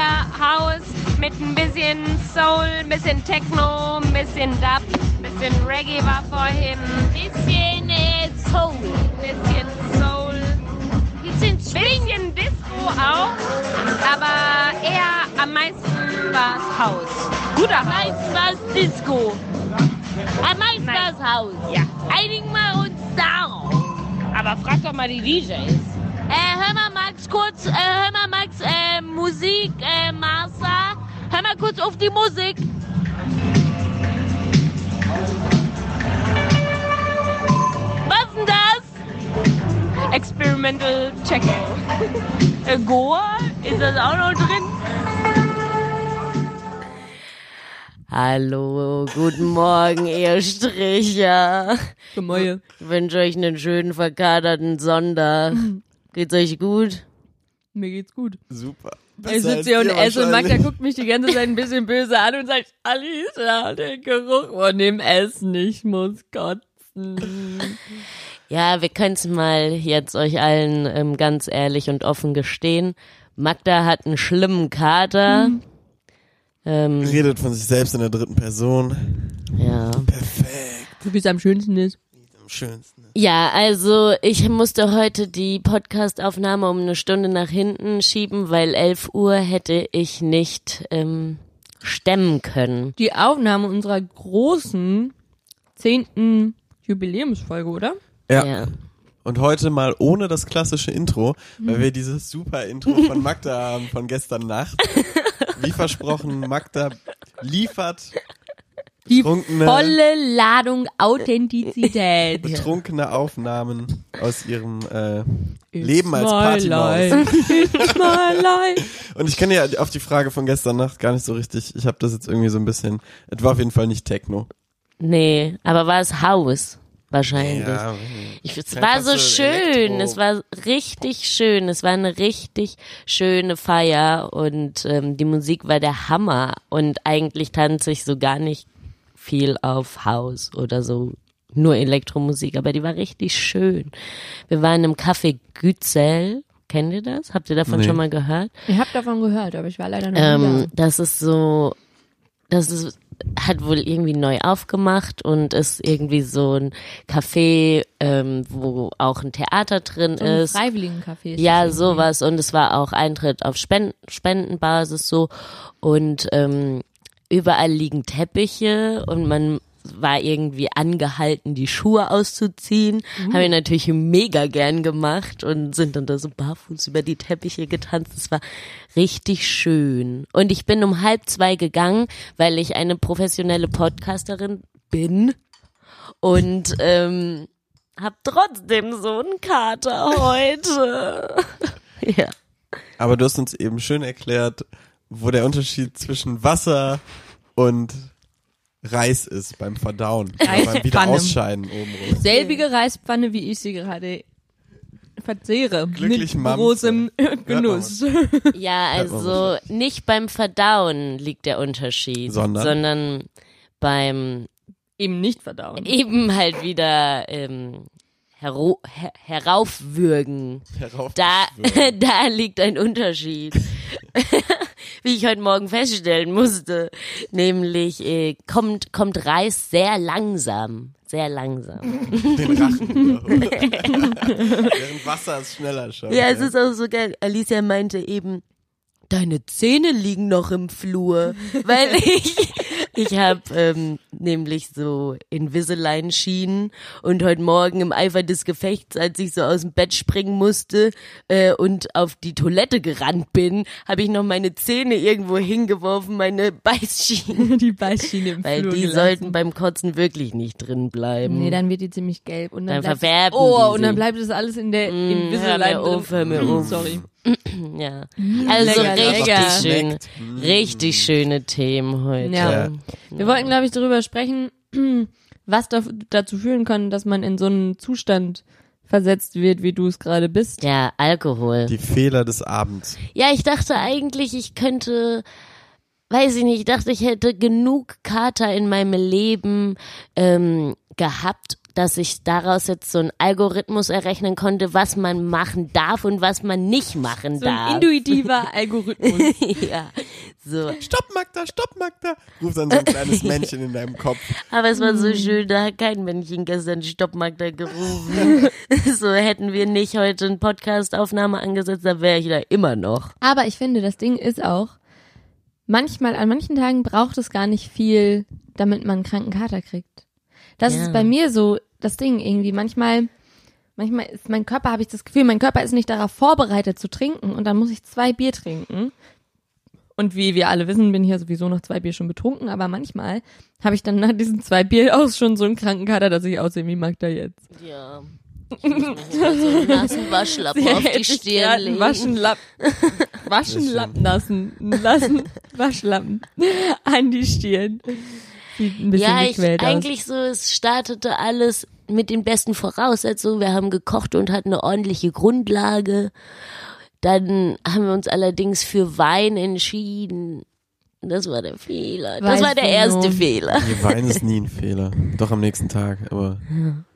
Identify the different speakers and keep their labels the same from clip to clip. Speaker 1: House mit ein bisschen Soul, ein bisschen Techno, ein bisschen Dub, ein bisschen Reggae war vorhin, ein
Speaker 2: Bisschen äh, Soul.
Speaker 1: bisschen Soul,
Speaker 2: Bisschen
Speaker 1: ein bisschen Disco auch, aber eher am meisten war es House. Guter House.
Speaker 2: Meist war's Disco. Am meisten
Speaker 1: Nein.
Speaker 2: war's Haus.
Speaker 1: Ja.
Speaker 2: Einigen wir uns darauf.
Speaker 1: Aber frag doch mal die DJs.
Speaker 2: Äh, hör mal, Max, kurz, äh, hör mal, Max, äh, Musik, äh, Master, hör mal kurz auf die Musik. Was denn das?
Speaker 1: Experimental Techno.
Speaker 2: Äh, Goa? Ist das auch noch drin?
Speaker 3: Hallo, guten Morgen, ihr Stricher.
Speaker 4: Gemäue.
Speaker 3: Ich wünsche euch einen schönen, verkaterten Sonntag. Geht's euch gut?
Speaker 4: Mir geht's gut.
Speaker 5: Super.
Speaker 4: Ich sitze hier und esse und Magda guckt mich die ganze Zeit ein bisschen böse an und sagt, Alicia, der Geruch von dem Essen, ich muss kotzen.
Speaker 3: Ja, wir können's mal jetzt euch allen ähm, ganz ehrlich und offen gestehen. Magda hat einen schlimmen Kater. Ähm,
Speaker 5: Redet von sich selbst in der dritten Person.
Speaker 3: ja.
Speaker 5: Perfekt.
Speaker 4: So wie es am schönsten ist.
Speaker 5: Am schönsten.
Speaker 3: Ja, also ich musste heute die Podcastaufnahme um eine Stunde nach hinten schieben, weil 11 Uhr hätte ich nicht ähm, stemmen können.
Speaker 4: Die Aufnahme unserer großen zehnten Jubiläumsfolge, oder?
Speaker 5: Ja. Und heute mal ohne das klassische Intro,
Speaker 4: Mhm.
Speaker 5: weil wir dieses super Intro von Magda haben von gestern Nacht. Wie versprochen, Magda liefert
Speaker 4: Die
Speaker 5: Betrunkene.
Speaker 4: volle Ladung Authentizität.
Speaker 5: betrunkene Aufnahmen aus ihrem äh,
Speaker 4: It's
Speaker 5: Leben als
Speaker 4: my
Speaker 5: Partymaus.
Speaker 4: life. It's my life.
Speaker 5: Und ich kann ja auf die Frage von gestern Nacht gar nicht so richtig, ich habe das jetzt irgendwie so ein bisschen, es war auf jeden Fall nicht Techno.
Speaker 3: Nee, aber war es Haus wahrscheinlich. Ich, es
Speaker 5: Vielleicht
Speaker 3: war
Speaker 5: hast
Speaker 3: so
Speaker 5: du
Speaker 3: schön,
Speaker 5: Elektro-
Speaker 3: es war richtig schön, es war eine richtig schöne Feier und ähm, die Musik war der Hammer und eigentlich tanze ich so gar nicht viel auf House oder so, nur Elektromusik, aber die war richtig schön. Wir waren im Café Güzel, kennt ihr das? Habt ihr davon
Speaker 5: Nee.
Speaker 3: schon mal gehört?
Speaker 4: Ihr habt davon gehört, aber ich war leider noch
Speaker 3: Ähm,
Speaker 4: nicht
Speaker 3: das ist so, das ist, hat wohl irgendwie neu aufgemacht und ist irgendwie so ein Café, ähm, wo auch ein Theater drin
Speaker 4: da. Im
Speaker 3: ist.
Speaker 4: Freiwilligencafé. ist
Speaker 3: Ja,
Speaker 4: das
Speaker 3: sowas. Und es war auch Eintritt auf Spenden Spendenbasis so. Und ähm, überall liegen Teppiche und man war irgendwie angehalten, die Schuhe auszuziehen. Haben wir natürlich mega gern gemacht und sind dann da so barfuß über die Teppiche getanzt. Es war richtig schön. Und ich bin um halb zwei gegangen, weil ich eine professionelle Podcasterin bin. Und ähm, hab trotzdem so einen Kater heute. ja.
Speaker 5: Aber du hast uns eben schön erklärt, wo der Unterschied zwischen Wasser und Reis ist beim Verdauen, oder beim
Speaker 4: Reispfanne.
Speaker 5: Wiederausscheiden obenrum.
Speaker 4: Selbige Reispfanne, wie ich sie gerade verzehre.
Speaker 5: Glücklich
Speaker 4: mit
Speaker 5: Mamse.
Speaker 4: großem
Speaker 5: Hört
Speaker 4: Genuss.
Speaker 3: Ja, also nicht beim Verdauen liegt der Unterschied,
Speaker 5: Sondern?
Speaker 3: sondern beim
Speaker 4: Eben nicht verdauen.
Speaker 3: eben halt wieder ähm, hero- her heraufwürgen.
Speaker 5: Darauf
Speaker 3: Da,
Speaker 5: geschwört.
Speaker 3: da liegt ein Unterschied. Wie ich heute Morgen feststellen musste. Nämlich äh, kommt, kommt Reis sehr langsam. Sehr langsam.
Speaker 5: den Rachen. wiederholen. Während Wasser ist schneller schon.
Speaker 3: Ja, es ist auch so geil. Alicia meinte eben, deine Zähne liegen noch im Flur, weil ich ich habe ähm, nämlich so Invisalign Schienen und heute Morgen im Eifer des Gefechts, als ich so aus dem Bett springen musste äh, und auf die Toilette gerannt bin, habe ich noch meine Zähne irgendwo hingeworfen, meine Beißschienen,
Speaker 4: Die Beißschiene im
Speaker 3: weil
Speaker 4: Flur
Speaker 3: die
Speaker 4: gelassen.
Speaker 3: sollten beim Kotzen wirklich nicht drin bleiben.
Speaker 4: Nee, dann wird die ziemlich gelb. Und dann,
Speaker 3: Dann
Speaker 4: bleibt-
Speaker 3: verfärben
Speaker 4: Oh,
Speaker 3: die
Speaker 4: und dann
Speaker 3: sich.
Speaker 4: bleibt das alles in der
Speaker 3: Mm,
Speaker 4: in
Speaker 3: hör mir auf, hör mir auf.
Speaker 4: Mm, Sorry.
Speaker 3: Ja. Also
Speaker 4: Mm, lecker,
Speaker 3: richtig
Speaker 4: lecker.
Speaker 3: schön.
Speaker 5: Schmeckt. Mm.
Speaker 3: Richtig schöne Themen heute.
Speaker 4: Ja.
Speaker 5: Ja.
Speaker 3: Mm.
Speaker 4: Wir wollten, glaube ich, darüber sprechen, was da, dazu führen kann, dass man in so einen Zustand versetzt wird, wie du es gerade bist.
Speaker 3: Ja, Alkohol.
Speaker 5: Die Fehler des Abends.
Speaker 3: Ja, ich dachte eigentlich, ich könnte, weiß ich nicht, ich dachte, ich hätte genug Kater in meinem Leben ähm, gehabt, dass ich daraus jetzt so einen Algorithmus errechnen konnte, was man machen darf und was man nicht machen
Speaker 4: So ein
Speaker 3: darf.
Speaker 4: intuitiver Algorithmus.
Speaker 3: ja, So.
Speaker 5: Stopp, Magda, stopp, Magda. Ruft dann so ein kleines Männchen in deinem Kopf.
Speaker 3: Aber es war
Speaker 4: Hm.
Speaker 3: so schön, da hat kein Männchen gestern Stopp Magda gerufen. so hätten wir nicht heute eine Podcast-Aufnahme angesetzt, dann wäre ich da immer noch.
Speaker 6: Aber ich finde, das Ding ist auch, manchmal, an manchen Tagen braucht es gar nicht viel, damit man einen kranken Kater kriegt. Das
Speaker 3: Ja.
Speaker 6: ist bei mir so das Ding irgendwie. Manchmal, manchmal ist mein Körper, habe ich das Gefühl, mein Körper ist nicht darauf vorbereitet zu trinken und dann muss ich zwei Bier trinken. Und wie wir alle wissen, bin ich ja sowieso nach zwei Bier schon betrunken, aber manchmal habe ich dann nach diesen zwei Bier auch schon so einen kranken Kater, dass ich aussehe wie Magda jetzt.
Speaker 3: Ja. Nassen Waschlappen auf die Stirn legen.
Speaker 6: Waschenlappen.
Speaker 5: Waschenlappen
Speaker 6: Waschenlappen lassen. Lassen. Waschlappen. An die Stirn. Sieht ein bisschen
Speaker 3: ja, ich,
Speaker 6: gequält aus.
Speaker 3: eigentlich so, es startete alles mit den besten Voraussetzungen. Wir haben gekocht und hatten eine ordentliche Grundlage. Dann haben wir uns allerdings für Wein entschieden. Das war der Fehler. Das
Speaker 6: Weiß
Speaker 3: war der
Speaker 6: ich
Speaker 3: erste
Speaker 6: noch.
Speaker 3: Fehler.
Speaker 5: Nee, Wein ist nie ein Fehler. Doch am nächsten Tag, aber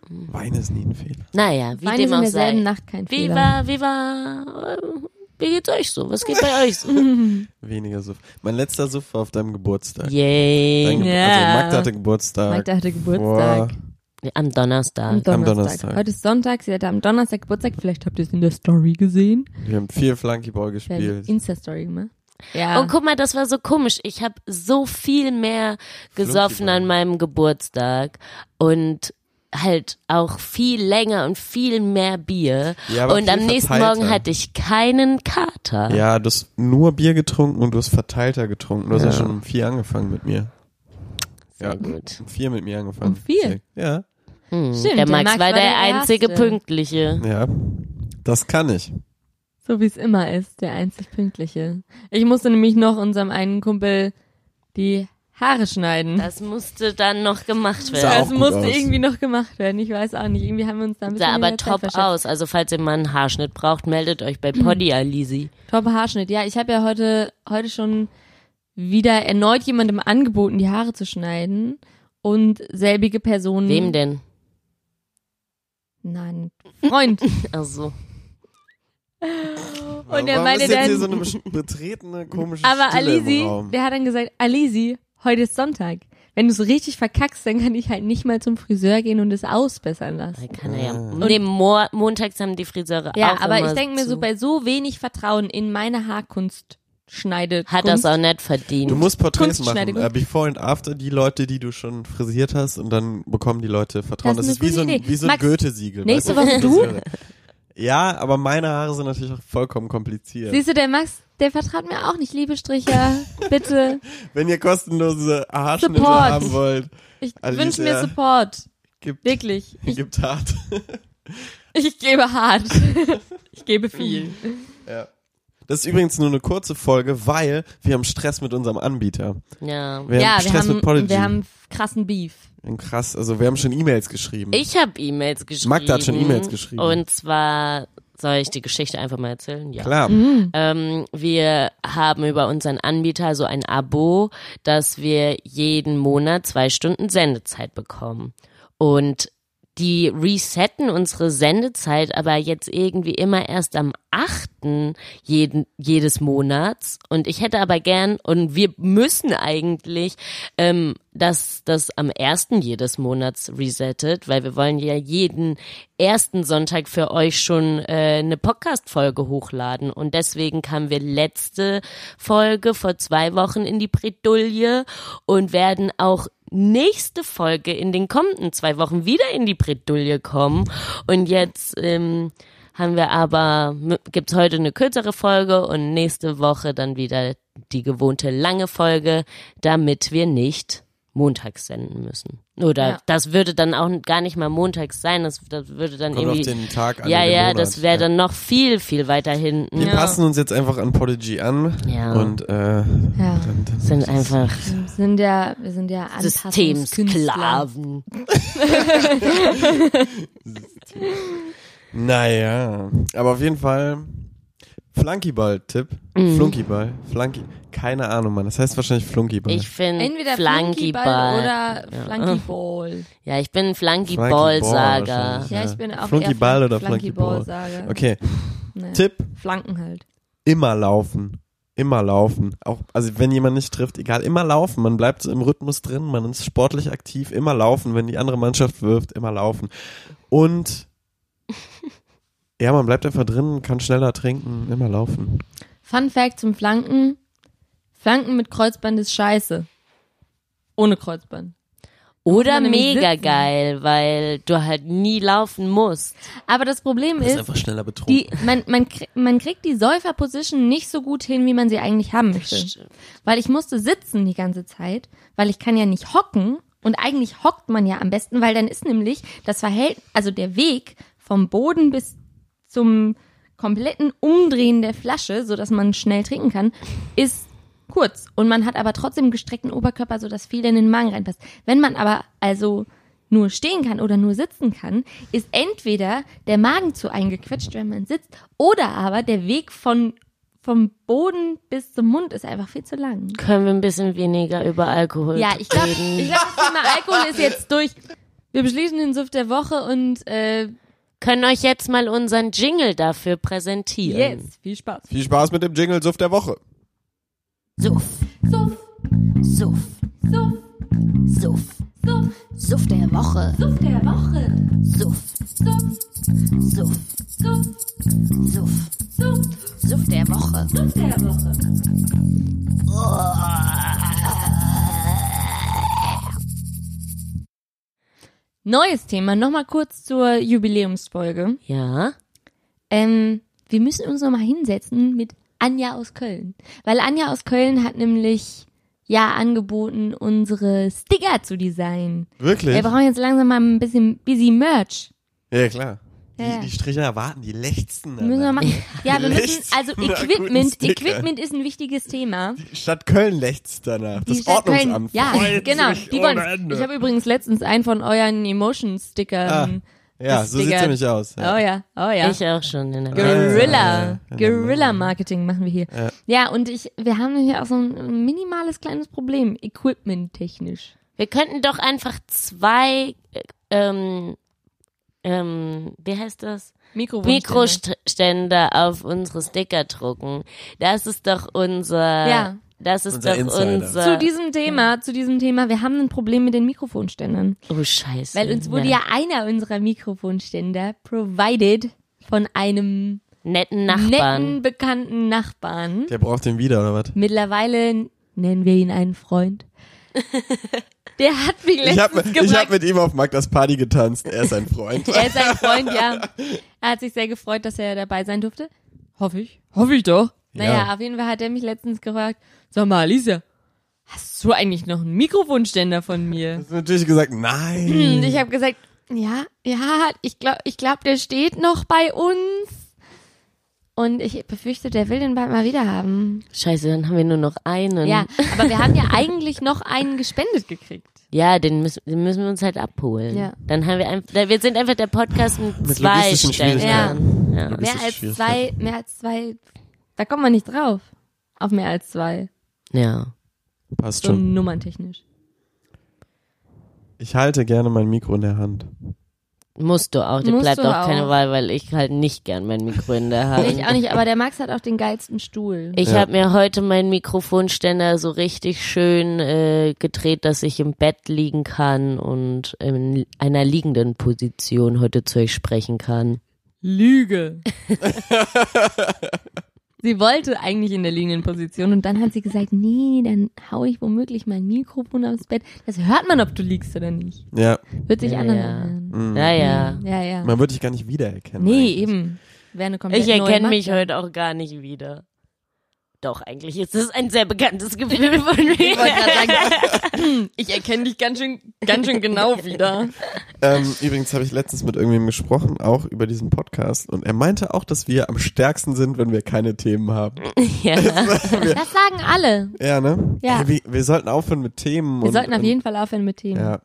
Speaker 5: Wein ist nie ein Fehler.
Speaker 3: Naja, wie
Speaker 6: Wein
Speaker 3: dem
Speaker 6: ist in
Speaker 3: auch sei.
Speaker 6: derselben Nacht kein
Speaker 3: Wie
Speaker 6: Fehler.
Speaker 3: war, wie war, ähm, wie geht's euch so? Was geht bei euch so?
Speaker 5: Weniger Suff. Mein letzter Suff war auf deinem Geburtstag. Dein
Speaker 3: Yay.
Speaker 5: Ge
Speaker 6: Ja.
Speaker 5: Also Magda hatte Geburtstag.
Speaker 6: Magda hatte Geburtstag.
Speaker 5: Boah.
Speaker 3: Am
Speaker 6: Am
Speaker 3: Donnerstag.
Speaker 6: Donnerstag.
Speaker 5: Donnerstag.
Speaker 6: Heute ist Sonntag, sie hatte am Donnerstag Geburtstag. Vielleicht habt ihr es in der Story gesehen.
Speaker 5: Wir haben viel
Speaker 6: Wir
Speaker 5: Flunkyball
Speaker 6: haben
Speaker 5: gespielt.
Speaker 6: die Insta-Story gemacht. Ja.
Speaker 3: Und guck mal, das war so komisch. Ich habe so viel mehr gesoffen
Speaker 5: Flunky-Ball.
Speaker 3: an meinem Geburtstag und halt auch viel länger und viel mehr Bier.
Speaker 5: Ja, aber
Speaker 3: und am
Speaker 5: viel
Speaker 3: nächsten
Speaker 5: verteilter.
Speaker 3: Morgen hatte ich keinen Kater.
Speaker 5: Ja, du hast nur Bier getrunken und du hast verteilter getrunken. Du hast ja schon um vier angefangen mit mir.
Speaker 3: Sehr
Speaker 5: ja.
Speaker 3: gut.
Speaker 5: Um vier mit mir angefangen.
Speaker 6: Um vier?
Speaker 5: Ja.
Speaker 3: Hm.
Speaker 6: Stimmt,
Speaker 3: der Max war der, einzige
Speaker 6: Erste.
Speaker 3: Pünktliche.
Speaker 5: Ja. Das kann ich.
Speaker 6: So wie es immer ist, der einzig pünktliche. Ich musste nämlich noch unserem einen Kumpel die Haare schneiden.
Speaker 3: Das musste dann noch gemacht
Speaker 5: Sah
Speaker 3: werden.
Speaker 5: auch
Speaker 6: Das
Speaker 5: gut
Speaker 6: musste
Speaker 5: aus.
Speaker 6: irgendwie noch gemacht werden. Ich weiß auch nicht. Irgendwie haben wir uns da ein bisschen
Speaker 3: Sah
Speaker 6: in
Speaker 3: aber
Speaker 6: der Zeit
Speaker 3: top
Speaker 6: verschätzt.
Speaker 3: aus. Also falls ihr mal einen Haarschnitt braucht, meldet euch bei Poddy Alisi.
Speaker 6: Top Haarschnitt. Ja, ich habe ja heute, heute schon wieder erneut jemandem angeboten, die Haare zu schneiden. Und selbige Person.
Speaker 3: Wem denn?
Speaker 6: Nein, Freund.
Speaker 3: Also
Speaker 6: Und er
Speaker 5: Warum
Speaker 6: meinte
Speaker 5: ist jetzt hier
Speaker 6: dann,
Speaker 5: so eine besch- betretene, komische
Speaker 6: aber
Speaker 5: Stille im
Speaker 6: Alisi,
Speaker 5: Raum?
Speaker 6: der hat dann gesagt, Alisi, heute ist Sonntag. Wenn du es richtig verkackst, dann kann ich halt nicht mal zum Friseur gehen und es ausbessern lassen.
Speaker 3: da kann er ja.
Speaker 5: Ah.
Speaker 3: Nee, Mo montags haben die Friseure
Speaker 6: Ja,
Speaker 3: auch
Speaker 6: aber
Speaker 3: immer
Speaker 6: ich denke mir
Speaker 3: zu.
Speaker 6: so, bei so wenig Vertrauen in meine Haarkunst schneidet.
Speaker 3: hat das auch nicht verdient.
Speaker 5: Du musst Porträts machen.
Speaker 6: Kunstschneidegut.
Speaker 5: Äh, before and after die Leute, die du schon frisiert hast und dann bekommen die Leute Vertrauen.
Speaker 6: Das
Speaker 5: Das,
Speaker 6: ist
Speaker 5: ist
Speaker 6: eine
Speaker 5: wie so
Speaker 6: gute
Speaker 5: ein,
Speaker 6: Idee.
Speaker 5: wie so ein
Speaker 6: Max,
Speaker 5: Goethe-Siegel.
Speaker 6: nächste
Speaker 5: weißt
Speaker 6: Woche du?
Speaker 5: Friseure. Ja, aber meine Haare sind natürlich auch vollkommen kompliziert.
Speaker 6: Siehst du, der Max, der vertraut mir auch nicht. Liebe Stricher, bitte.
Speaker 5: Wenn ihr kostenlose Haarschnitte
Speaker 6: Support.
Speaker 5: haben wollt,
Speaker 6: Ich
Speaker 5: Alice,
Speaker 6: wünsche mir
Speaker 5: ja.
Speaker 6: Support.
Speaker 5: gibt,
Speaker 6: Wirklich. Ich,
Speaker 5: gibt hart.
Speaker 6: ich gebe hart. Ich gebe viel.
Speaker 5: Das ist übrigens nur eine kurze Folge, weil wir haben Stress mit unserem Anbieter.
Speaker 3: ja.
Speaker 5: Wir
Speaker 6: ja,
Speaker 5: haben
Speaker 6: wir
Speaker 5: Stress mit
Speaker 6: haben,
Speaker 5: Podigy.
Speaker 6: wir haben krassen Beef.
Speaker 5: Krass, also wir haben schon E-Mails geschrieben.
Speaker 3: Ich habe E-Mails geschrieben.
Speaker 5: Magda hat schon E-Mails geschrieben.
Speaker 3: Und zwar soll ich die Geschichte einfach mal erzählen? Ja.
Speaker 5: Klar.
Speaker 6: Mhm,
Speaker 3: Ähm, wir haben über unseren Anbieter so ein Abo, dass wir jeden Monat zwei Stunden Sendezeit bekommen. Und die resetten unsere Sendezeit aber jetzt irgendwie immer erst am 8. Jeden, jedes Monats. Und ich hätte aber gern, und wir müssen eigentlich, ähm, dass das am 1. jedes Monats resettet, weil wir wollen ja jeden ersten Sonntag für euch schon äh, eine Podcast-Folge hochladen. Und deswegen kamen wir letzte Folge vor zwei Wochen in die Bredouille und werden auch nächste Folge in den kommenden zwei Wochen wieder in die Bredouille kommen. Und jetzt ähm, haben wir aber, gibt's heute eine kürzere Folge und nächste Woche dann wieder die gewohnte lange Folge, damit wir nicht montags senden müssen. Oder
Speaker 6: Ja.
Speaker 3: das würde dann auch gar nicht mal montags sein, das, das würde dann
Speaker 5: Kommt auf
Speaker 3: irgendwie...
Speaker 5: den Tag an.
Speaker 3: ja,
Speaker 5: den
Speaker 3: ja,
Speaker 5: Monat.
Speaker 3: das wäre dann noch viel, viel weiter hinten.
Speaker 5: Wir passen uns jetzt einfach an Podigy an
Speaker 3: Ja.
Speaker 5: und äh,
Speaker 6: Ja.
Speaker 5: dann, dann
Speaker 3: Sind einfach
Speaker 6: Wir sind ja, wir sind ja Anpassungskünstler.
Speaker 3: Systemsklaven.
Speaker 5: Naja, aber auf jeden Fall Flunkyball-Tipp.
Speaker 3: Mhm.
Speaker 5: Flunkyball. Flunky. Keine Ahnung, Mann. Das heißt wahrscheinlich Flunkyball.
Speaker 3: Ich finde
Speaker 6: Entweder Flunkyball oder Flunkyball.
Speaker 3: Ja, ich bin
Speaker 5: Flunkyball
Speaker 3: Flunkyball-Sager.
Speaker 5: wahrscheinlich.
Speaker 6: Ja, ich bin auch
Speaker 5: Flunkyball
Speaker 6: eher
Speaker 5: oder
Speaker 6: Flunkyball,
Speaker 5: Flunkyball.
Speaker 6: sage.
Speaker 5: Okay,
Speaker 6: Naja.
Speaker 5: Tipp.
Speaker 6: Flanken halt.
Speaker 5: Immer laufen. Immer laufen. Auch, also wenn jemand nicht trifft, egal, immer laufen. Man bleibt so im Rhythmus drin, man ist sportlich aktiv, immer laufen. Wenn die andere Mannschaft wirft, immer laufen. Und ja, man bleibt einfach drin, kann schneller trinken, immer laufen.
Speaker 6: Fun Fact zum Flanken. Flanken mit Kreuzband ist scheiße. Ohne Kreuzband.
Speaker 3: Oder
Speaker 6: man nämlich
Speaker 3: mega
Speaker 6: sitzen.
Speaker 3: geil, weil du halt nie laufen musst.
Speaker 6: Aber das Problem
Speaker 5: Man ist
Speaker 6: ist,
Speaker 5: einfach schneller betrunken.
Speaker 6: die, man, man, krie- man kriegt die Säuferposition nicht so gut hin, wie man sie eigentlich haben möchte. Weil ich musste sitzen die ganze Zeit, weil ich kann ja nicht hocken. Und eigentlich hockt man ja am besten, weil dann ist nämlich das Verhältnis, also der Weg vom Boden bis zum kompletten Umdrehen der Flasche, so dass man schnell trinken kann, ist kurz. Und man hat aber trotzdem gestreckten Oberkörper, so dass viel in den Magen reinpasst. Wenn man aber also nur stehen kann oder nur sitzen kann, ist entweder der Magen zu eingequetscht, wenn man sitzt, oder aber der Weg von vom Boden bis zum Mund ist einfach viel zu lang.
Speaker 3: Können wir ein bisschen weniger über Alkohol
Speaker 6: Ja, ich glaube,
Speaker 3: reden?
Speaker 6: ich glaub, das Thema Alkohol ist jetzt durch. Wir beschließen den Suff der Woche und äh,
Speaker 3: Können euch jetzt mal unseren Jingle dafür präsentieren.
Speaker 6: yes, viel Spaß.
Speaker 5: Viel Spaß mit dem Jingle Suff der Woche.
Speaker 7: Suff,
Speaker 6: Suff,
Speaker 7: Suff,
Speaker 6: Suff,
Speaker 7: Suff.
Speaker 6: Suff,
Speaker 7: Suff der Woche.
Speaker 6: Suff der Woche.
Speaker 7: Suff,
Speaker 6: Suff,
Speaker 7: Suff,
Speaker 6: Suff,
Speaker 7: Suff.
Speaker 6: Suff,
Speaker 7: Suff der Woche. Oh.
Speaker 6: Suff der Woche. Neues Thema, nochmal kurz zur Jubiläumsfolge.
Speaker 3: Ja.
Speaker 6: Ähm, wir müssen uns nochmal hinsetzen mit Anja aus Köln. Weil Anja aus Köln hat nämlich ja angeboten, unsere Sticker zu designen.
Speaker 5: Wirklich?
Speaker 6: Wir brauchen jetzt langsam mal ein bisschen busy Merch.
Speaker 5: Ja, klar.
Speaker 6: Ja, ja.
Speaker 5: Die, die Striche erwarten, die lechzen.
Speaker 6: Müssen wir
Speaker 5: Alter.
Speaker 6: machen. Ja, wir müssen,
Speaker 5: Nichts
Speaker 6: also
Speaker 5: mit einer guten
Speaker 6: Equipment,
Speaker 5: Sticker.
Speaker 6: Equipment ist ein wichtiges Thema.
Speaker 5: Stadt Köln lechzt danach. Das
Speaker 6: Stadt Köln-
Speaker 5: Ordnungsamt.
Speaker 6: Ja,
Speaker 5: freut
Speaker 6: genau.
Speaker 5: sich
Speaker 6: Die
Speaker 5: ohne
Speaker 6: wollen.
Speaker 5: Ende.
Speaker 6: Ich habe übrigens letztens einen von euren
Speaker 5: Ah,
Speaker 6: Emotion-Stickern.
Speaker 5: ja,
Speaker 6: das
Speaker 5: so sieht's
Speaker 6: Digga-
Speaker 5: nämlich aus. Ja.
Speaker 6: Oh ja, oh ja.
Speaker 3: Ich auch schon in der
Speaker 5: Ja.
Speaker 6: Guerilla.
Speaker 5: Ja.
Speaker 6: Guerilla-Marketing machen wir hier.
Speaker 5: Ja.
Speaker 6: Ja. und ich, wir haben hier auch so ein minimales kleines Problem, equipment-technisch.
Speaker 3: Wir könnten doch einfach zwei, äh, ähm, ähm, wie heißt das? Mikroständer auf unsere Sticker drucken. Das ist doch unser,
Speaker 6: Ja.
Speaker 3: das ist
Speaker 5: Unser
Speaker 3: doch
Speaker 5: Insider.
Speaker 6: Zu
Speaker 3: unser,
Speaker 6: diesem Thema, zu diesem Thema, wir haben ein Problem mit den Mikrofonständern.
Speaker 3: oh scheiße.
Speaker 6: Weil uns wurde ja einer unserer Mikrofonständer provided von einem
Speaker 3: Netten Nachbarn.
Speaker 6: netten, bekannten Nachbarn.
Speaker 5: Der braucht den wieder, oder was?
Speaker 6: Mittlerweile nennen wir ihn einen Freund. Der hat mich letztens
Speaker 5: Ich habe ich
Speaker 6: gefragt,
Speaker 5: hab mit ihm auf Magdas Party getanzt. Er ist ein Freund.
Speaker 6: Er ist ein Freund, ja. Er hat sich sehr gefreut, dass er dabei sein durfte. Hoffe ich. Hoffe ich doch. Naja,
Speaker 5: Ja.
Speaker 6: auf jeden Fall hat er mich letztens gefragt, sag mal, Alicia, hast du eigentlich noch einen Mikrofonständer von mir?
Speaker 5: Hast du natürlich gesagt, nein.
Speaker 6: Und ich habe gesagt, ja, ja, ich glaube, ich glaub, der steht noch bei uns. Und ich befürchte, der will den bald mal wieder haben.
Speaker 3: Scheiße, dann haben wir nur noch einen.
Speaker 6: Ja, aber wir haben ja eigentlich noch einen gespendet gekriegt.
Speaker 3: Ja, den müssen, den müssen wir uns halt abholen.
Speaker 6: Ja.
Speaker 3: Dann haben wir einfach, wir sind einfach der Podcast mit,
Speaker 5: Mit
Speaker 3: zwei
Speaker 5: logistischen
Speaker 3: Ständern. Ja.
Speaker 5: Das
Speaker 6: Mehr
Speaker 5: ist
Speaker 6: als
Speaker 5: schwierig,
Speaker 6: zwei, mehr als zwei, da kommen wir nicht drauf. Auf mehr als zwei.
Speaker 3: ja.
Speaker 5: Passt
Speaker 6: So
Speaker 5: schon.
Speaker 6: nummerntechnisch.
Speaker 5: Ich halte gerne mein Mikro in der Hand.
Speaker 3: Musst du auch, dir
Speaker 6: Musst
Speaker 3: bleibt
Speaker 6: du
Speaker 3: auch keine
Speaker 6: auch.
Speaker 3: Wahl, weil ich halt nicht gern mein Mikro in der Hand.
Speaker 6: Ich auch nicht, aber der Max hat auch den geilsten Stuhl.
Speaker 3: Ich
Speaker 5: Ja.
Speaker 3: habe mir heute meinen Mikrofonständer so richtig schön äh, gedreht, dass ich im Bett liegen kann und in einer liegenden Position heute zu euch sprechen kann.
Speaker 6: Lüge. sie wollte eigentlich in der liegenden Position und dann hat sie gesagt, nee, dann hau ich womöglich mein Mikrofon aufs Bett. Das hört man, ob du liegst oder nicht.
Speaker 5: Ja.
Speaker 6: Wird sich
Speaker 3: Ja,
Speaker 6: anders
Speaker 3: ja.
Speaker 6: anhören.
Speaker 3: Naja.
Speaker 5: Mhm.
Speaker 6: Ja, ja.
Speaker 5: Man würde dich gar nicht wiedererkennen.
Speaker 6: Nee,
Speaker 5: eigentlich.
Speaker 6: eben. Wäre eine komplett
Speaker 3: Ich erkenne
Speaker 6: neue
Speaker 3: mich
Speaker 6: Marke.
Speaker 3: heute auch gar nicht wieder. Doch, eigentlich ist es ein sehr bekanntes Gefühl von
Speaker 6: Ich wollte
Speaker 3: mir.
Speaker 6: gerade sagen, ich erkenne dich ganz schön, ganz schön genau wieder.
Speaker 5: Ähm, übrigens habe ich letztens mit irgendwem gesprochen, auch über diesen Podcast. Und er meinte auch, dass wir am stärksten sind, wenn wir keine Themen haben.
Speaker 3: ja.
Speaker 6: Das sagen alle.
Speaker 5: Ja, ne?
Speaker 6: Ja.
Speaker 5: Ey, wir, wir sollten aufhören mit Themen.
Speaker 6: Wir
Speaker 5: und,
Speaker 6: sollten auf
Speaker 5: und,
Speaker 6: jeden Fall aufhören mit Themen.
Speaker 5: Ja.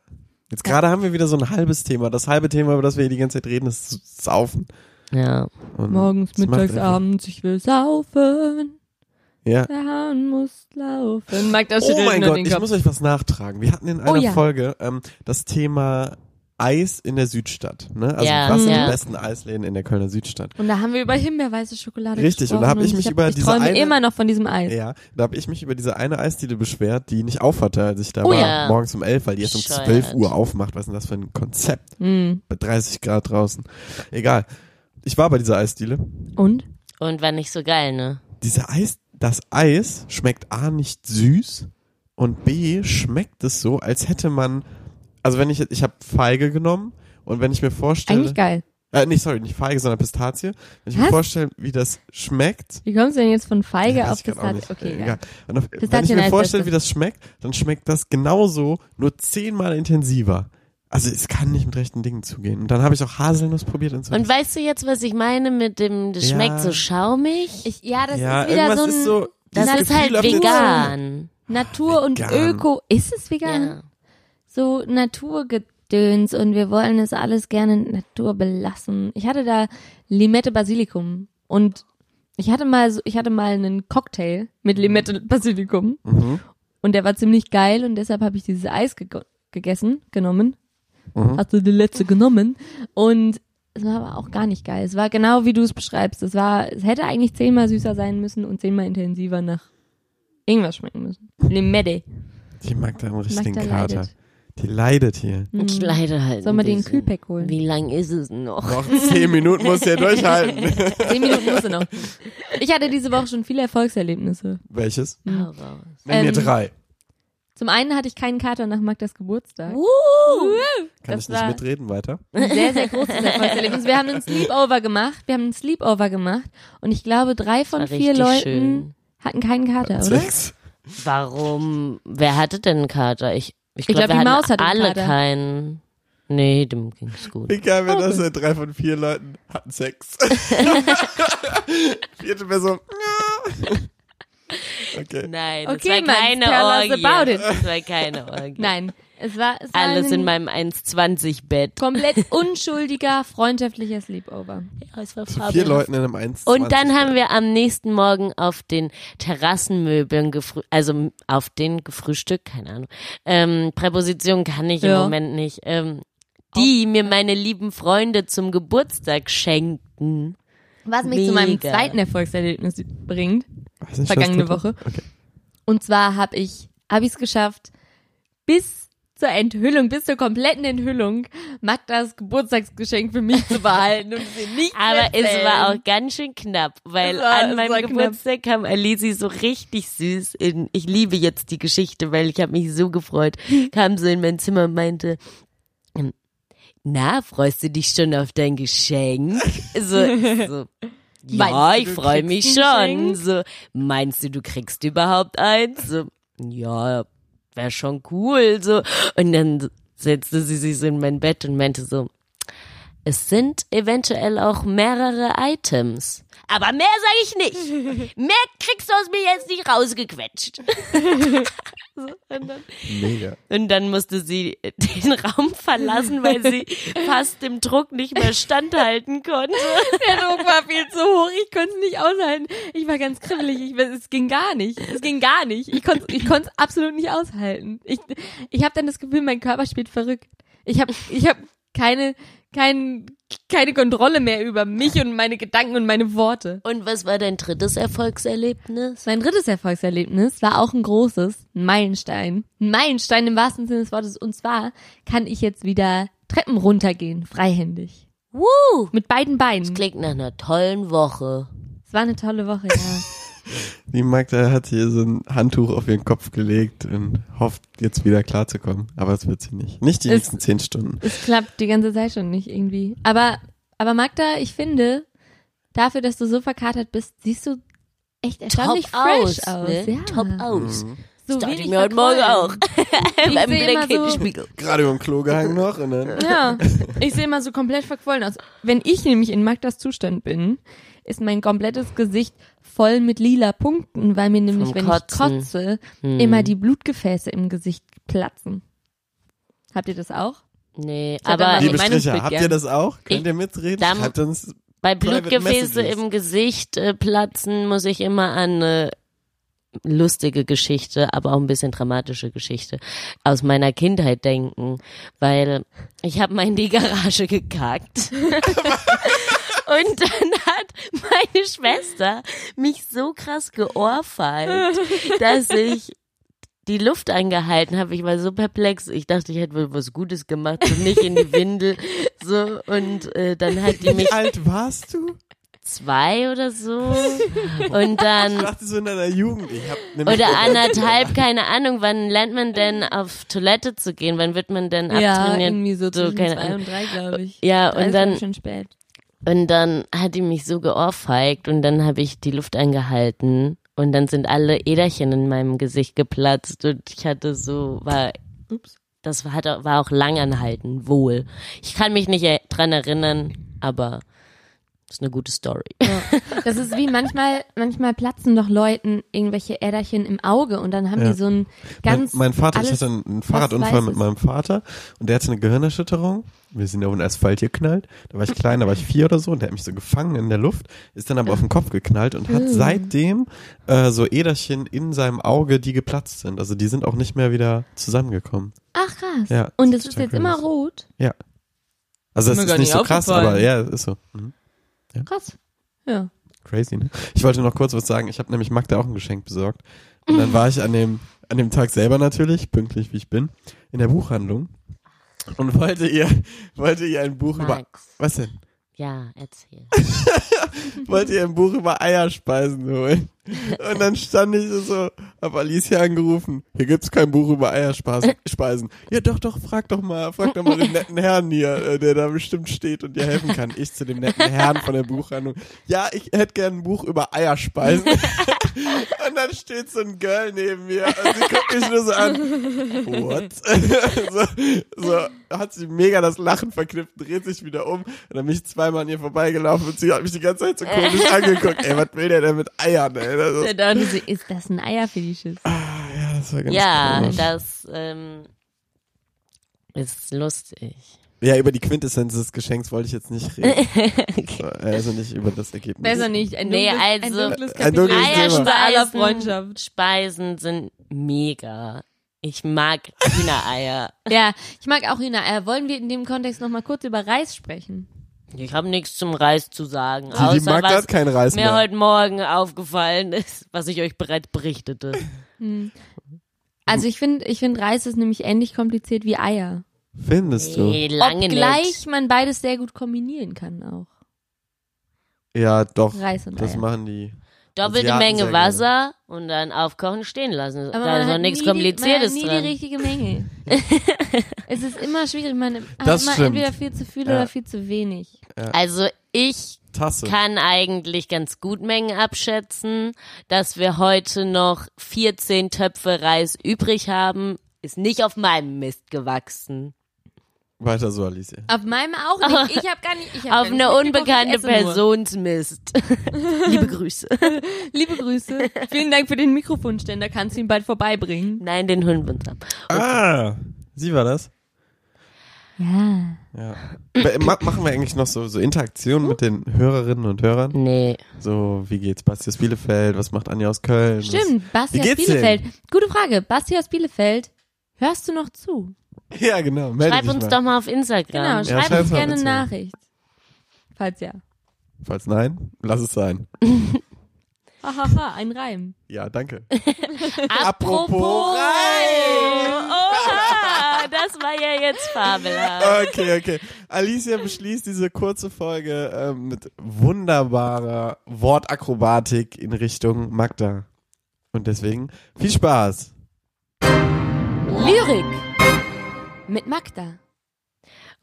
Speaker 5: Jetzt gerade haben wir wieder so ein halbes Thema. Das halbe Thema, über das wir hier die ganze Zeit reden, ist Saufen.
Speaker 3: ja.
Speaker 5: Und
Speaker 6: Morgens,
Speaker 5: das macht
Speaker 6: mittags,
Speaker 5: einfach-
Speaker 6: abends, ich will saufen.
Speaker 5: Ja.
Speaker 6: Der Hahn muss laufen. Mag das Oh
Speaker 5: Oh mein Gott, ich muss euch was nachtragen. Wir hatten in einer
Speaker 6: ja.
Speaker 5: Folge ähm, das Thema Eis in der Südstadt. Ne? Also
Speaker 3: Ja,
Speaker 5: was sind
Speaker 3: ja.
Speaker 5: die besten Eisläden in der Kölner Südstadt?
Speaker 6: Und da haben wir über himbeerweiße Schokolade
Speaker 5: Richtig, und
Speaker 6: gesprochen.
Speaker 5: da hab ich mich über
Speaker 6: ich
Speaker 5: diese
Speaker 6: träume
Speaker 5: eine-
Speaker 6: immer noch von diesem Eis.
Speaker 5: Ja, da habe ich mich über diese eine Eisdiele beschwert, die nicht aufhatte, als ich da
Speaker 3: Oh
Speaker 5: war,
Speaker 3: ja.
Speaker 5: morgens um elf, weil die jetzt um
Speaker 3: Bescheuert.
Speaker 5: 12 Uhr aufmacht. Was ist denn das für ein Konzept?
Speaker 6: Hm.
Speaker 5: Bei 30 Grad draußen. Egal. Ich war bei dieser Eisdiele.
Speaker 6: Und?
Speaker 3: Und war nicht so geil, ne?
Speaker 5: Diese Eis, das Eis schmeckt A nicht süß und B schmeckt es so, als hätte man, also wenn ich, ich habe Feige genommen und wenn ich mir vorstelle,
Speaker 6: Eigentlich geil.
Speaker 5: äh, nicht, sorry, nicht Feige, sondern Pistazie, wenn ich mir
Speaker 6: Was?
Speaker 5: vorstelle, wie das schmeckt,
Speaker 6: Wie kommst du denn jetzt von Feige
Speaker 5: Ja, weiß
Speaker 6: auf
Speaker 5: ich grad auch
Speaker 6: Pistazie?
Speaker 5: nicht.
Speaker 6: Okay,
Speaker 5: Äh,
Speaker 6: egal.
Speaker 5: egal. Und auf, wenn ich
Speaker 6: Pistazien
Speaker 5: mir
Speaker 6: als
Speaker 5: vorstelle,
Speaker 6: Beste.
Speaker 5: wie das schmeckt, dann schmeckt das genauso, nur zehnmal intensiver. Also es kann nicht mit rechten Dingen zugehen. Und dann habe ich auch Haselnuss probiert und so.
Speaker 3: Und weißt du jetzt, was ich meine mit dem, das
Speaker 5: Ja.
Speaker 3: schmeckt so schaumig?
Speaker 6: Ich, ja, das
Speaker 5: ja,
Speaker 6: ist wieder
Speaker 5: irgendwas
Speaker 6: so ein
Speaker 5: ist so.
Speaker 3: Das
Speaker 5: dieses
Speaker 3: ist halt
Speaker 5: Gefühl auf den Zungen.
Speaker 3: vegan.
Speaker 6: Natur und
Speaker 5: Vegan.
Speaker 6: Öko. Ist es vegan?
Speaker 3: Ja.
Speaker 6: so Naturgedöns und wir wollen es alles gerne in Natur belassen. Ich hatte da Limette Basilikum und ich hatte mal so, ich hatte mal einen Cocktail mit Limette Basilikum
Speaker 5: Mhm.
Speaker 6: und der war ziemlich geil und deshalb habe ich dieses Eis geg gegessen, genommen.
Speaker 5: Mhm.
Speaker 6: Hast du die letzte genommen und es war aber auch gar nicht geil. Es war genau wie du es beschreibst. Es war, es hätte eigentlich zehnmal süßer sein müssen und zehnmal intensiver nach irgendwas schmecken müssen. Limette.
Speaker 5: Die mag da einen richtigen
Speaker 6: Magda
Speaker 5: Kater.
Speaker 6: leidet.
Speaker 5: Die leidet hier.
Speaker 3: Ich leide halt.
Speaker 6: Hm. Sollen wir
Speaker 3: ein
Speaker 6: den
Speaker 3: bisschen.
Speaker 6: Kühlpack holen?
Speaker 3: Wie lang ist es noch?
Speaker 5: Noch zehn Minuten muss der durchhalten.
Speaker 6: Zehn Minuten muss er noch. Ich hatte diese Woche schon viele Erfolgserlebnisse.
Speaker 5: Welches?
Speaker 6: Hm.
Speaker 3: Hau raus.
Speaker 5: Nenn mir
Speaker 6: Ähm,
Speaker 5: drei.
Speaker 6: Zum einen hatte ich keinen Kater nach Magdas Geburtstag.
Speaker 5: Kann
Speaker 6: das
Speaker 5: ich nicht
Speaker 6: war-
Speaker 5: mitreden weiter?
Speaker 6: Ein sehr, sehr großes Erfolgserlebnis. Wir haben einen Sleepover gemacht. Wir haben einen Sleepover gemacht. Und ich glaube, drei von
Speaker 3: War
Speaker 6: vier
Speaker 3: richtig
Speaker 6: Leuten
Speaker 3: schön.
Speaker 6: hatten keinen Kater, oder?
Speaker 5: Sechs?
Speaker 3: Warum? Wer hatte denn einen Kater? Ich, ich glaube,
Speaker 6: glaub,
Speaker 3: wir
Speaker 6: die
Speaker 3: hatten
Speaker 6: Maus hatte einen
Speaker 3: alle
Speaker 6: Kater.
Speaker 3: keinen. Nee, dem ging's gut.
Speaker 5: Egal, wenn das sind. Drei von vier Leuten hatten Sex. Vierte Person. Okay.
Speaker 3: Nein,
Speaker 6: Okay,
Speaker 3: das war
Speaker 6: Mann,
Speaker 3: keine
Speaker 6: tell us
Speaker 3: Orgie.
Speaker 6: about it.
Speaker 3: Das war keine Orgie.
Speaker 6: Nein. Es war, es war
Speaker 3: Alles
Speaker 6: ein
Speaker 3: in meinem 1,20-Bett.
Speaker 6: komplett unschuldiger, freundschaftlicher Sleepover.
Speaker 5: Vier Leuten in einem 1.
Speaker 3: Und dann haben wir am nächsten Morgen auf den Terrassenmöbeln, gefrü also auf den gefrühstückt, keine Ahnung. Ähm, Präposition kann ich im
Speaker 6: Ja.
Speaker 3: Moment nicht. Ähm, die mir meine lieben Freunde zum Geburtstag schenkten.
Speaker 6: Was mich zu meinem
Speaker 3: Mega.
Speaker 6: zweiten Erfolgserlebnis bringt.
Speaker 5: Weiß nicht, was
Speaker 6: vergangene
Speaker 5: dritte?
Speaker 6: Woche.
Speaker 5: Okay.
Speaker 6: Und zwar habe ich habe ich es geschafft, bis zur Enthüllung, bis zur kompletten Enthüllung, Magdas Geburtstagsgeschenk für mich zu behalten und sie nicht
Speaker 3: Aber
Speaker 6: zu
Speaker 3: es war
Speaker 6: erzählen.
Speaker 3: auch ganz schön knapp, weil
Speaker 6: Es war-
Speaker 3: an
Speaker 6: es war
Speaker 3: meinem
Speaker 6: knapp.
Speaker 3: Geburtstag kam Alisi so richtig süß in, ich liebe jetzt die Geschichte, weil ich habe mich so gefreut, kam so in mein Zimmer und meinte, ähm, na, freust du dich schon auf dein Geschenk? So, so ja,
Speaker 6: Meinst du,
Speaker 3: ich
Speaker 6: du
Speaker 3: freue
Speaker 6: kriegst
Speaker 3: mich
Speaker 6: ein
Speaker 3: schon. So, meinst du, du kriegst überhaupt eins? So, ja, wär schon cool. So, und dann setzte sie sich so in mein Bett und meinte so, es sind eventuell auch mehrere Items. Aber mehr sage ich nicht. Mehr kriegst du aus mir jetzt nicht rausgequetscht.
Speaker 5: Mega.
Speaker 3: Und dann musste sie den Raum verlassen, weil sie fast dem Druck nicht mehr standhalten konnte.
Speaker 6: Der Druck war viel zu hoch, ich konnte es nicht aushalten. Ich war ganz kribbelig, ich, es ging gar nicht, es ging gar nicht. Ich konnte ich konnte es absolut nicht aushalten. Ich, ich habe dann das Gefühl, mein Körper spielt verrückt. Ich habe ich hab keine, kein, keine Kontrolle mehr über mich und meine Gedanken und meine Worte.
Speaker 3: Und was war dein drittes Erfolgserlebnis?
Speaker 6: Mein drittes Erfolgserlebnis war auch ein großes, ein Meilenstein. Ein Meilenstein im wahrsten Sinne des Wortes. Und zwar kann ich jetzt wieder Treppen runtergehen, freihändig.
Speaker 3: Woo!
Speaker 6: Mit beiden Beinen.
Speaker 3: Klingt nach einer tollen Woche.
Speaker 6: Es war eine tolle Woche, ja.
Speaker 5: Die Magda hat hier so ein Handtuch auf ihren Kopf gelegt und hofft, jetzt wieder klarzukommen. Aber es wird sie nicht. Nicht die
Speaker 6: Es-
Speaker 5: nächsten zehn Stunden.
Speaker 6: es klappt die ganze Zeit schon nicht irgendwie. Aber, aber Magda, ich finde, dafür, dass du so verkatert bist, siehst du echt erstaunlich
Speaker 3: Top aus,
Speaker 6: fresh aus.
Speaker 3: ne?
Speaker 6: Ja.
Speaker 3: Top aus.
Speaker 5: Mhm.
Speaker 6: So
Speaker 3: Dachte ich
Speaker 6: wenig
Speaker 3: mir heute Morgen auch.
Speaker 6: verquollen.
Speaker 3: Beim
Speaker 6: sehe
Speaker 3: Blick
Speaker 6: immer
Speaker 3: in den
Speaker 6: so-
Speaker 3: Spiegel.
Speaker 5: Gerade über den Klo gehangen noch. Und dann
Speaker 6: Ja, also ich sehe immer so komplett verquollen aus. Wenn ich nämlich in Magdas Zustand bin, ist mein komplettes Gesicht voll mit lila Punkten, weil mir nämlich,
Speaker 3: Vom
Speaker 6: wenn ich
Speaker 3: Kotzen. Hm.
Speaker 6: kotze, immer die Blutgefäße im Gesicht platzen. Habt ihr das auch?
Speaker 3: Nee,
Speaker 6: hat
Speaker 3: aber
Speaker 6: aber
Speaker 5: Liebe
Speaker 6: Meinungsbild
Speaker 5: Stricher, habt
Speaker 6: gern.
Speaker 5: ihr das auch? Könnt ihr mitreden?
Speaker 3: Dann-
Speaker 5: Schreibt uns
Speaker 3: bei
Speaker 5: Private
Speaker 3: Blutgefäße
Speaker 5: Messages.
Speaker 3: im Gesicht äh, platzen muss ich immer an eine lustige Geschichte, aber auch ein bisschen dramatische Geschichte aus meiner Kindheit denken, weil ich habe mal in die Garage gekackt. Und dann hat meine Schwester mich so krass geohrfeigt, dass ich die Luft angehalten habe. Ich war so perplex. Ich dachte, ich hätte wohl was Gutes gemacht und nicht in die Windel. So, und äh, dann hat die mich
Speaker 5: Wie alt warst du?
Speaker 3: zwei oder so. Und dann
Speaker 5: Ich dachte so in deiner Jugend. Ich hab nämlich
Speaker 3: oder anderthalb, keine Ahnung, wann lernt man denn auf Toilette zu gehen? Wann wird man denn
Speaker 6: Ja,
Speaker 3: abtrainiert?
Speaker 6: irgendwie so zwischen
Speaker 3: keine
Speaker 6: zwei
Speaker 3: Ahnung.
Speaker 6: und drei, glaube ich.
Speaker 3: Ja,
Speaker 6: Drei
Speaker 3: und
Speaker 6: ist
Speaker 3: dann,
Speaker 6: schon spät.
Speaker 3: und dann hat die mich so geohrfeigt und dann habe ich die Luft angehalten und dann sind alle Äderchen in meinem Gesicht geplatzt und ich hatte so, war, das war, hat auch- war auch lang anhalten, wohl. Ich kann mich nicht er- dran erinnern, aber ist eine gute Story.
Speaker 6: Das ist wie manchmal, manchmal platzen doch Leuten irgendwelche Äderchen im Auge und dann haben
Speaker 5: Ja.
Speaker 6: die so ein
Speaker 5: mein,
Speaker 6: ganz.
Speaker 5: mein Vater, ich
Speaker 6: alles,
Speaker 5: hatte einen, einen Fahrradunfall mit
Speaker 6: Weißes.
Speaker 5: meinem Vater und der hatte eine Gehirnerschütterung. Wir sind auf den Asphalt geknallt. Da war ich klein, da war ich vier oder so und der hat mich so gefangen in der Luft, ist dann aber auf den Kopf geknallt und
Speaker 6: Hm.
Speaker 5: hat seitdem äh, so Äderchen in seinem Auge, die geplatzt sind. Also die sind auch nicht mehr wieder zusammengekommen.
Speaker 6: Ach krass.
Speaker 5: Ja,
Speaker 6: und
Speaker 5: das
Speaker 6: es
Speaker 5: ist
Speaker 6: ist jetzt
Speaker 5: total
Speaker 6: immer
Speaker 5: crazy.
Speaker 6: rot.
Speaker 5: Ja. Also
Speaker 4: Ist
Speaker 5: das
Speaker 4: mir
Speaker 5: ist,
Speaker 4: gar
Speaker 5: nicht
Speaker 4: nicht
Speaker 5: so krass,
Speaker 4: aufgefallen.
Speaker 5: aber ja, ist so. Mhm.
Speaker 6: Krass. Ja.
Speaker 5: Crazy, ne? Ich wollte noch kurz was sagen. Ich habe nämlich Magda auch ein Geschenk besorgt. Und dann war ich an dem, an dem Tag selber natürlich, pünktlich wie ich bin, in der Buchhandlung und wollte ihr, wollte ihr ein Buch über.
Speaker 3: Max.
Speaker 5: Was denn?
Speaker 3: Ja, erzähl.
Speaker 5: Wollte ihr ein Buch über Eierspeisen holen. Und dann stand ich so, hab Alicia angerufen. Hier gibt's kein Buch über Eierspeisen. Speisen. Ja, doch, doch, frag doch mal, frag doch mal den netten Herrn hier, äh, der da bestimmt steht und dir helfen kann. Ich zu dem netten Herrn von der Buchhandlung. Ja, ich hätte gern ein Buch über Eierspeisen. Und dann steht so ein Girl neben mir und sie guckt mich nur so an. What? so, so hat sie mega das Lachen verknüpft, dreht sich wieder um und dann bin ich zweimal an ihr vorbeigelaufen und sie hat mich die ganze Zeit so komisch angeguckt. Ey, was will der denn mit Eiern, ey? Das ist,
Speaker 6: Dann so, ist das ein Eierfetischist?
Speaker 5: ja, das war ganz
Speaker 3: Ja,
Speaker 5: komisch.
Speaker 3: das ähm, ist lustig.
Speaker 5: Ja, über die Quintessenz des Geschenks wollte ich jetzt nicht reden. So, Also nicht über das Ergebnis.
Speaker 6: Besser nicht. Ein
Speaker 3: Nee,
Speaker 6: dunkles, ein
Speaker 3: also-
Speaker 6: dunkles
Speaker 5: Ein
Speaker 6: Kapitel.
Speaker 5: dunkles Thema.
Speaker 6: Eierspeisen. Bei aller
Speaker 3: Eierspeisen.
Speaker 6: Freundschaft.
Speaker 3: Speisen sind mega. Ich mag Hühnereier.
Speaker 6: Ja, ich mag auch Hühnereier. Wollen wir in dem Kontext nochmal kurz über Reis sprechen?
Speaker 3: Ich habe nichts zum Reis zu sagen,
Speaker 5: Die, die
Speaker 3: außer
Speaker 5: Magda
Speaker 3: was
Speaker 5: hat keinen Reis
Speaker 3: mir
Speaker 5: mehr.
Speaker 3: heute Morgen aufgefallen ist, was ich euch bereits berichtete.
Speaker 6: Also ich finde, ich finde Reis ist nämlich ähnlich kompliziert wie Eier.
Speaker 5: Findest du?
Speaker 3: Nee, lange
Speaker 6: Obgleich
Speaker 3: nicht.
Speaker 6: man beides sehr gut kombinieren kann auch.
Speaker 5: Ja, doch.
Speaker 6: Reis und
Speaker 5: Das
Speaker 6: Eier.
Speaker 5: machen die.
Speaker 3: Doppelte
Speaker 5: Asiaten sehr
Speaker 3: Menge
Speaker 5: gerne.
Speaker 3: Wasser und dann aufkochen stehen lassen. da
Speaker 6: Aber man
Speaker 3: ist noch
Speaker 6: hat
Speaker 3: nichts
Speaker 6: nie die-
Speaker 3: Kompliziertes
Speaker 6: man hat nie die
Speaker 3: drin.
Speaker 6: richtige Menge. es ist immer schwierig. Man
Speaker 5: Das
Speaker 6: hat immer
Speaker 5: stimmt.
Speaker 6: entweder viel zu viel
Speaker 5: Ja.
Speaker 6: oder viel zu wenig.
Speaker 3: Also ich
Speaker 5: Tasse.
Speaker 3: kann eigentlich ganz gut Mengen abschätzen. Dass wir heute noch 14 Töpfe Reis übrig haben, ist nicht auf meinem Mist gewachsen.
Speaker 5: Weiter so, Alicia.
Speaker 6: Auf meinem auch nicht. Ich habe gar nicht. Ich hab
Speaker 3: Auf
Speaker 6: gar nicht
Speaker 3: eine
Speaker 6: mitgeguckt, ich
Speaker 3: unbekannte
Speaker 6: esse nur.
Speaker 3: Personsmist. Liebe Grüße.
Speaker 6: Liebe Grüße. Vielen Dank für den Mikrofonständer. Kannst du ihn bald vorbeibringen?
Speaker 3: Nein, den holen wir uns ab.
Speaker 5: Ah, sie war das.
Speaker 6: Ja.
Speaker 5: Ja. Be- ma- Machen wir eigentlich noch so, so Interaktionen mit den Hörerinnen und Hörern?
Speaker 3: Nee.
Speaker 5: So, wie geht's Basti aus Bielefeld? Was macht Anja aus Köln?
Speaker 6: Stimmt. Basti
Speaker 5: Wie
Speaker 6: aus
Speaker 5: geht's
Speaker 6: Bielefeld. Gute Frage. Basti aus Bielefeld. Hörst du noch zu?
Speaker 5: Was? Ja, genau. Melde
Speaker 3: Schreib
Speaker 5: dich
Speaker 3: uns
Speaker 5: mal.
Speaker 3: doch mal auf
Speaker 6: Genau.
Speaker 3: Instagram.
Speaker 5: Ja,
Speaker 6: schreib
Speaker 5: schreib's
Speaker 6: uns
Speaker 5: mal
Speaker 6: gerne eine
Speaker 5: dazu.
Speaker 6: Nachricht. Falls ja.
Speaker 5: Falls nein, lass es sein.
Speaker 6: Hahaha, ein Reim.
Speaker 5: Ja, danke.
Speaker 3: Äh. Apropos
Speaker 5: rein!
Speaker 3: Oha, das war ja jetzt fabelhaft.
Speaker 5: Okay, okay. Alicia beschließt diese kurze Folge ähm, mit wunderbarer Wortakrobatik in Richtung Magda. Und deswegen viel Spaß.
Speaker 6: Lyrik. Mit Magda.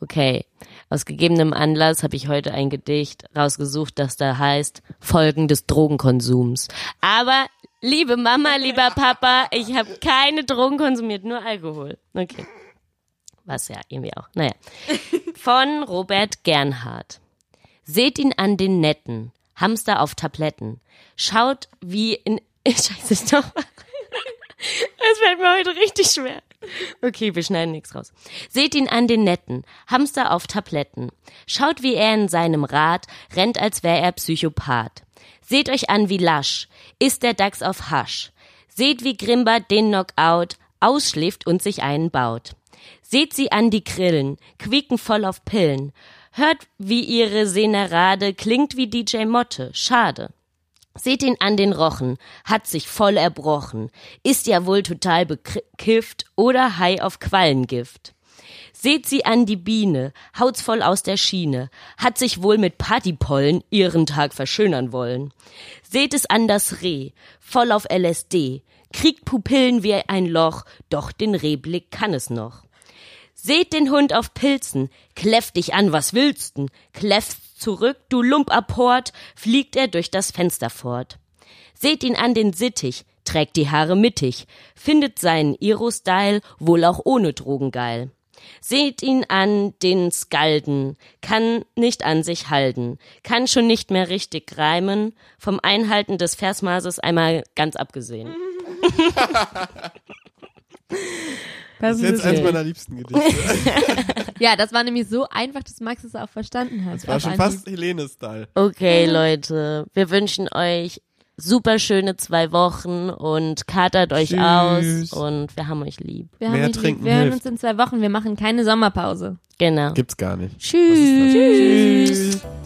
Speaker 3: Okay, aus gegebenem Anlass habe ich heute ein Gedicht rausgesucht, das da heißt Folgen des Drogenkonsums. Aber, liebe Mama, lieber Papa, ich habe keine Drogen konsumiert, nur Alkohol. Okay. Was ja irgendwie auch. Naja. Von Robert Gernhardt. Seht ihn an den Netten. Hamster auf Tabletten. Schaut wie in... Scheiße, ist doch... Das fällt mir heute richtig schwer. Okay, wir schneiden nichts raus. Seht ihn an den Netten, Hamster auf Tabletten. Schaut, wie er in seinem Rad rennt, als wär er Psychopath. Seht euch an, wie lasch ist der Dachs auf Hasch. Seht, wie Grimbert den Knockout ausschläft und sich einen baut. Seht sie an die Grillen, quieken voll auf Pillen. Hört, wie ihre Senerade klingt wie DJ Motte, schade. Seht ihn an den Rochen, hat sich voll erbrochen, ist ja wohl total bekifft oder high auf Quallengift. Seht sie an die Biene, haut's voll aus der Schiene, hat sich wohl mit Partypollen ihren Tag verschönern wollen. Seht es an das Reh, voll auf LSD, kriegt Pupillen wie ein Loch, doch den Rehblick kann es noch. Seht den Hund auf Pilzen, kläfft dich an, was willst'n? Kläffst zurück, du Lumpapport, fliegt er durch das Fenster fort. Seht ihn an den Sittich, trägt die Haare mittig, findet seinen Iro-Style wohl auch ohne Drogen geil. Seht ihn an den Skalden, kann nicht an sich halten, kann schon nicht mehr richtig reimen, vom Einhalten des Versmaßes einmal ganz abgesehen.
Speaker 5: Das ist jetzt eins meiner liebsten Gedichte.
Speaker 6: Ja, das war nämlich so einfach, dass Max es auch verstanden hat.
Speaker 5: Das war
Speaker 6: Auf
Speaker 5: schon
Speaker 6: Anhieb.
Speaker 5: fast Helene-Style.
Speaker 3: Okay, Leute, wir wünschen euch super schöne zwei Wochen und katert euch aus
Speaker 5: Tschüss.
Speaker 3: und wir haben euch lieb.
Speaker 6: Wir,
Speaker 5: Mehr
Speaker 6: haben euch lieb.
Speaker 5: trinken
Speaker 6: wir hören
Speaker 5: hilft.
Speaker 6: uns in zwei Wochen. Wir machen keine Sommerpause.
Speaker 3: Genau.
Speaker 5: Gibt's gar nicht.
Speaker 3: Tschüss.
Speaker 5: Tschüss.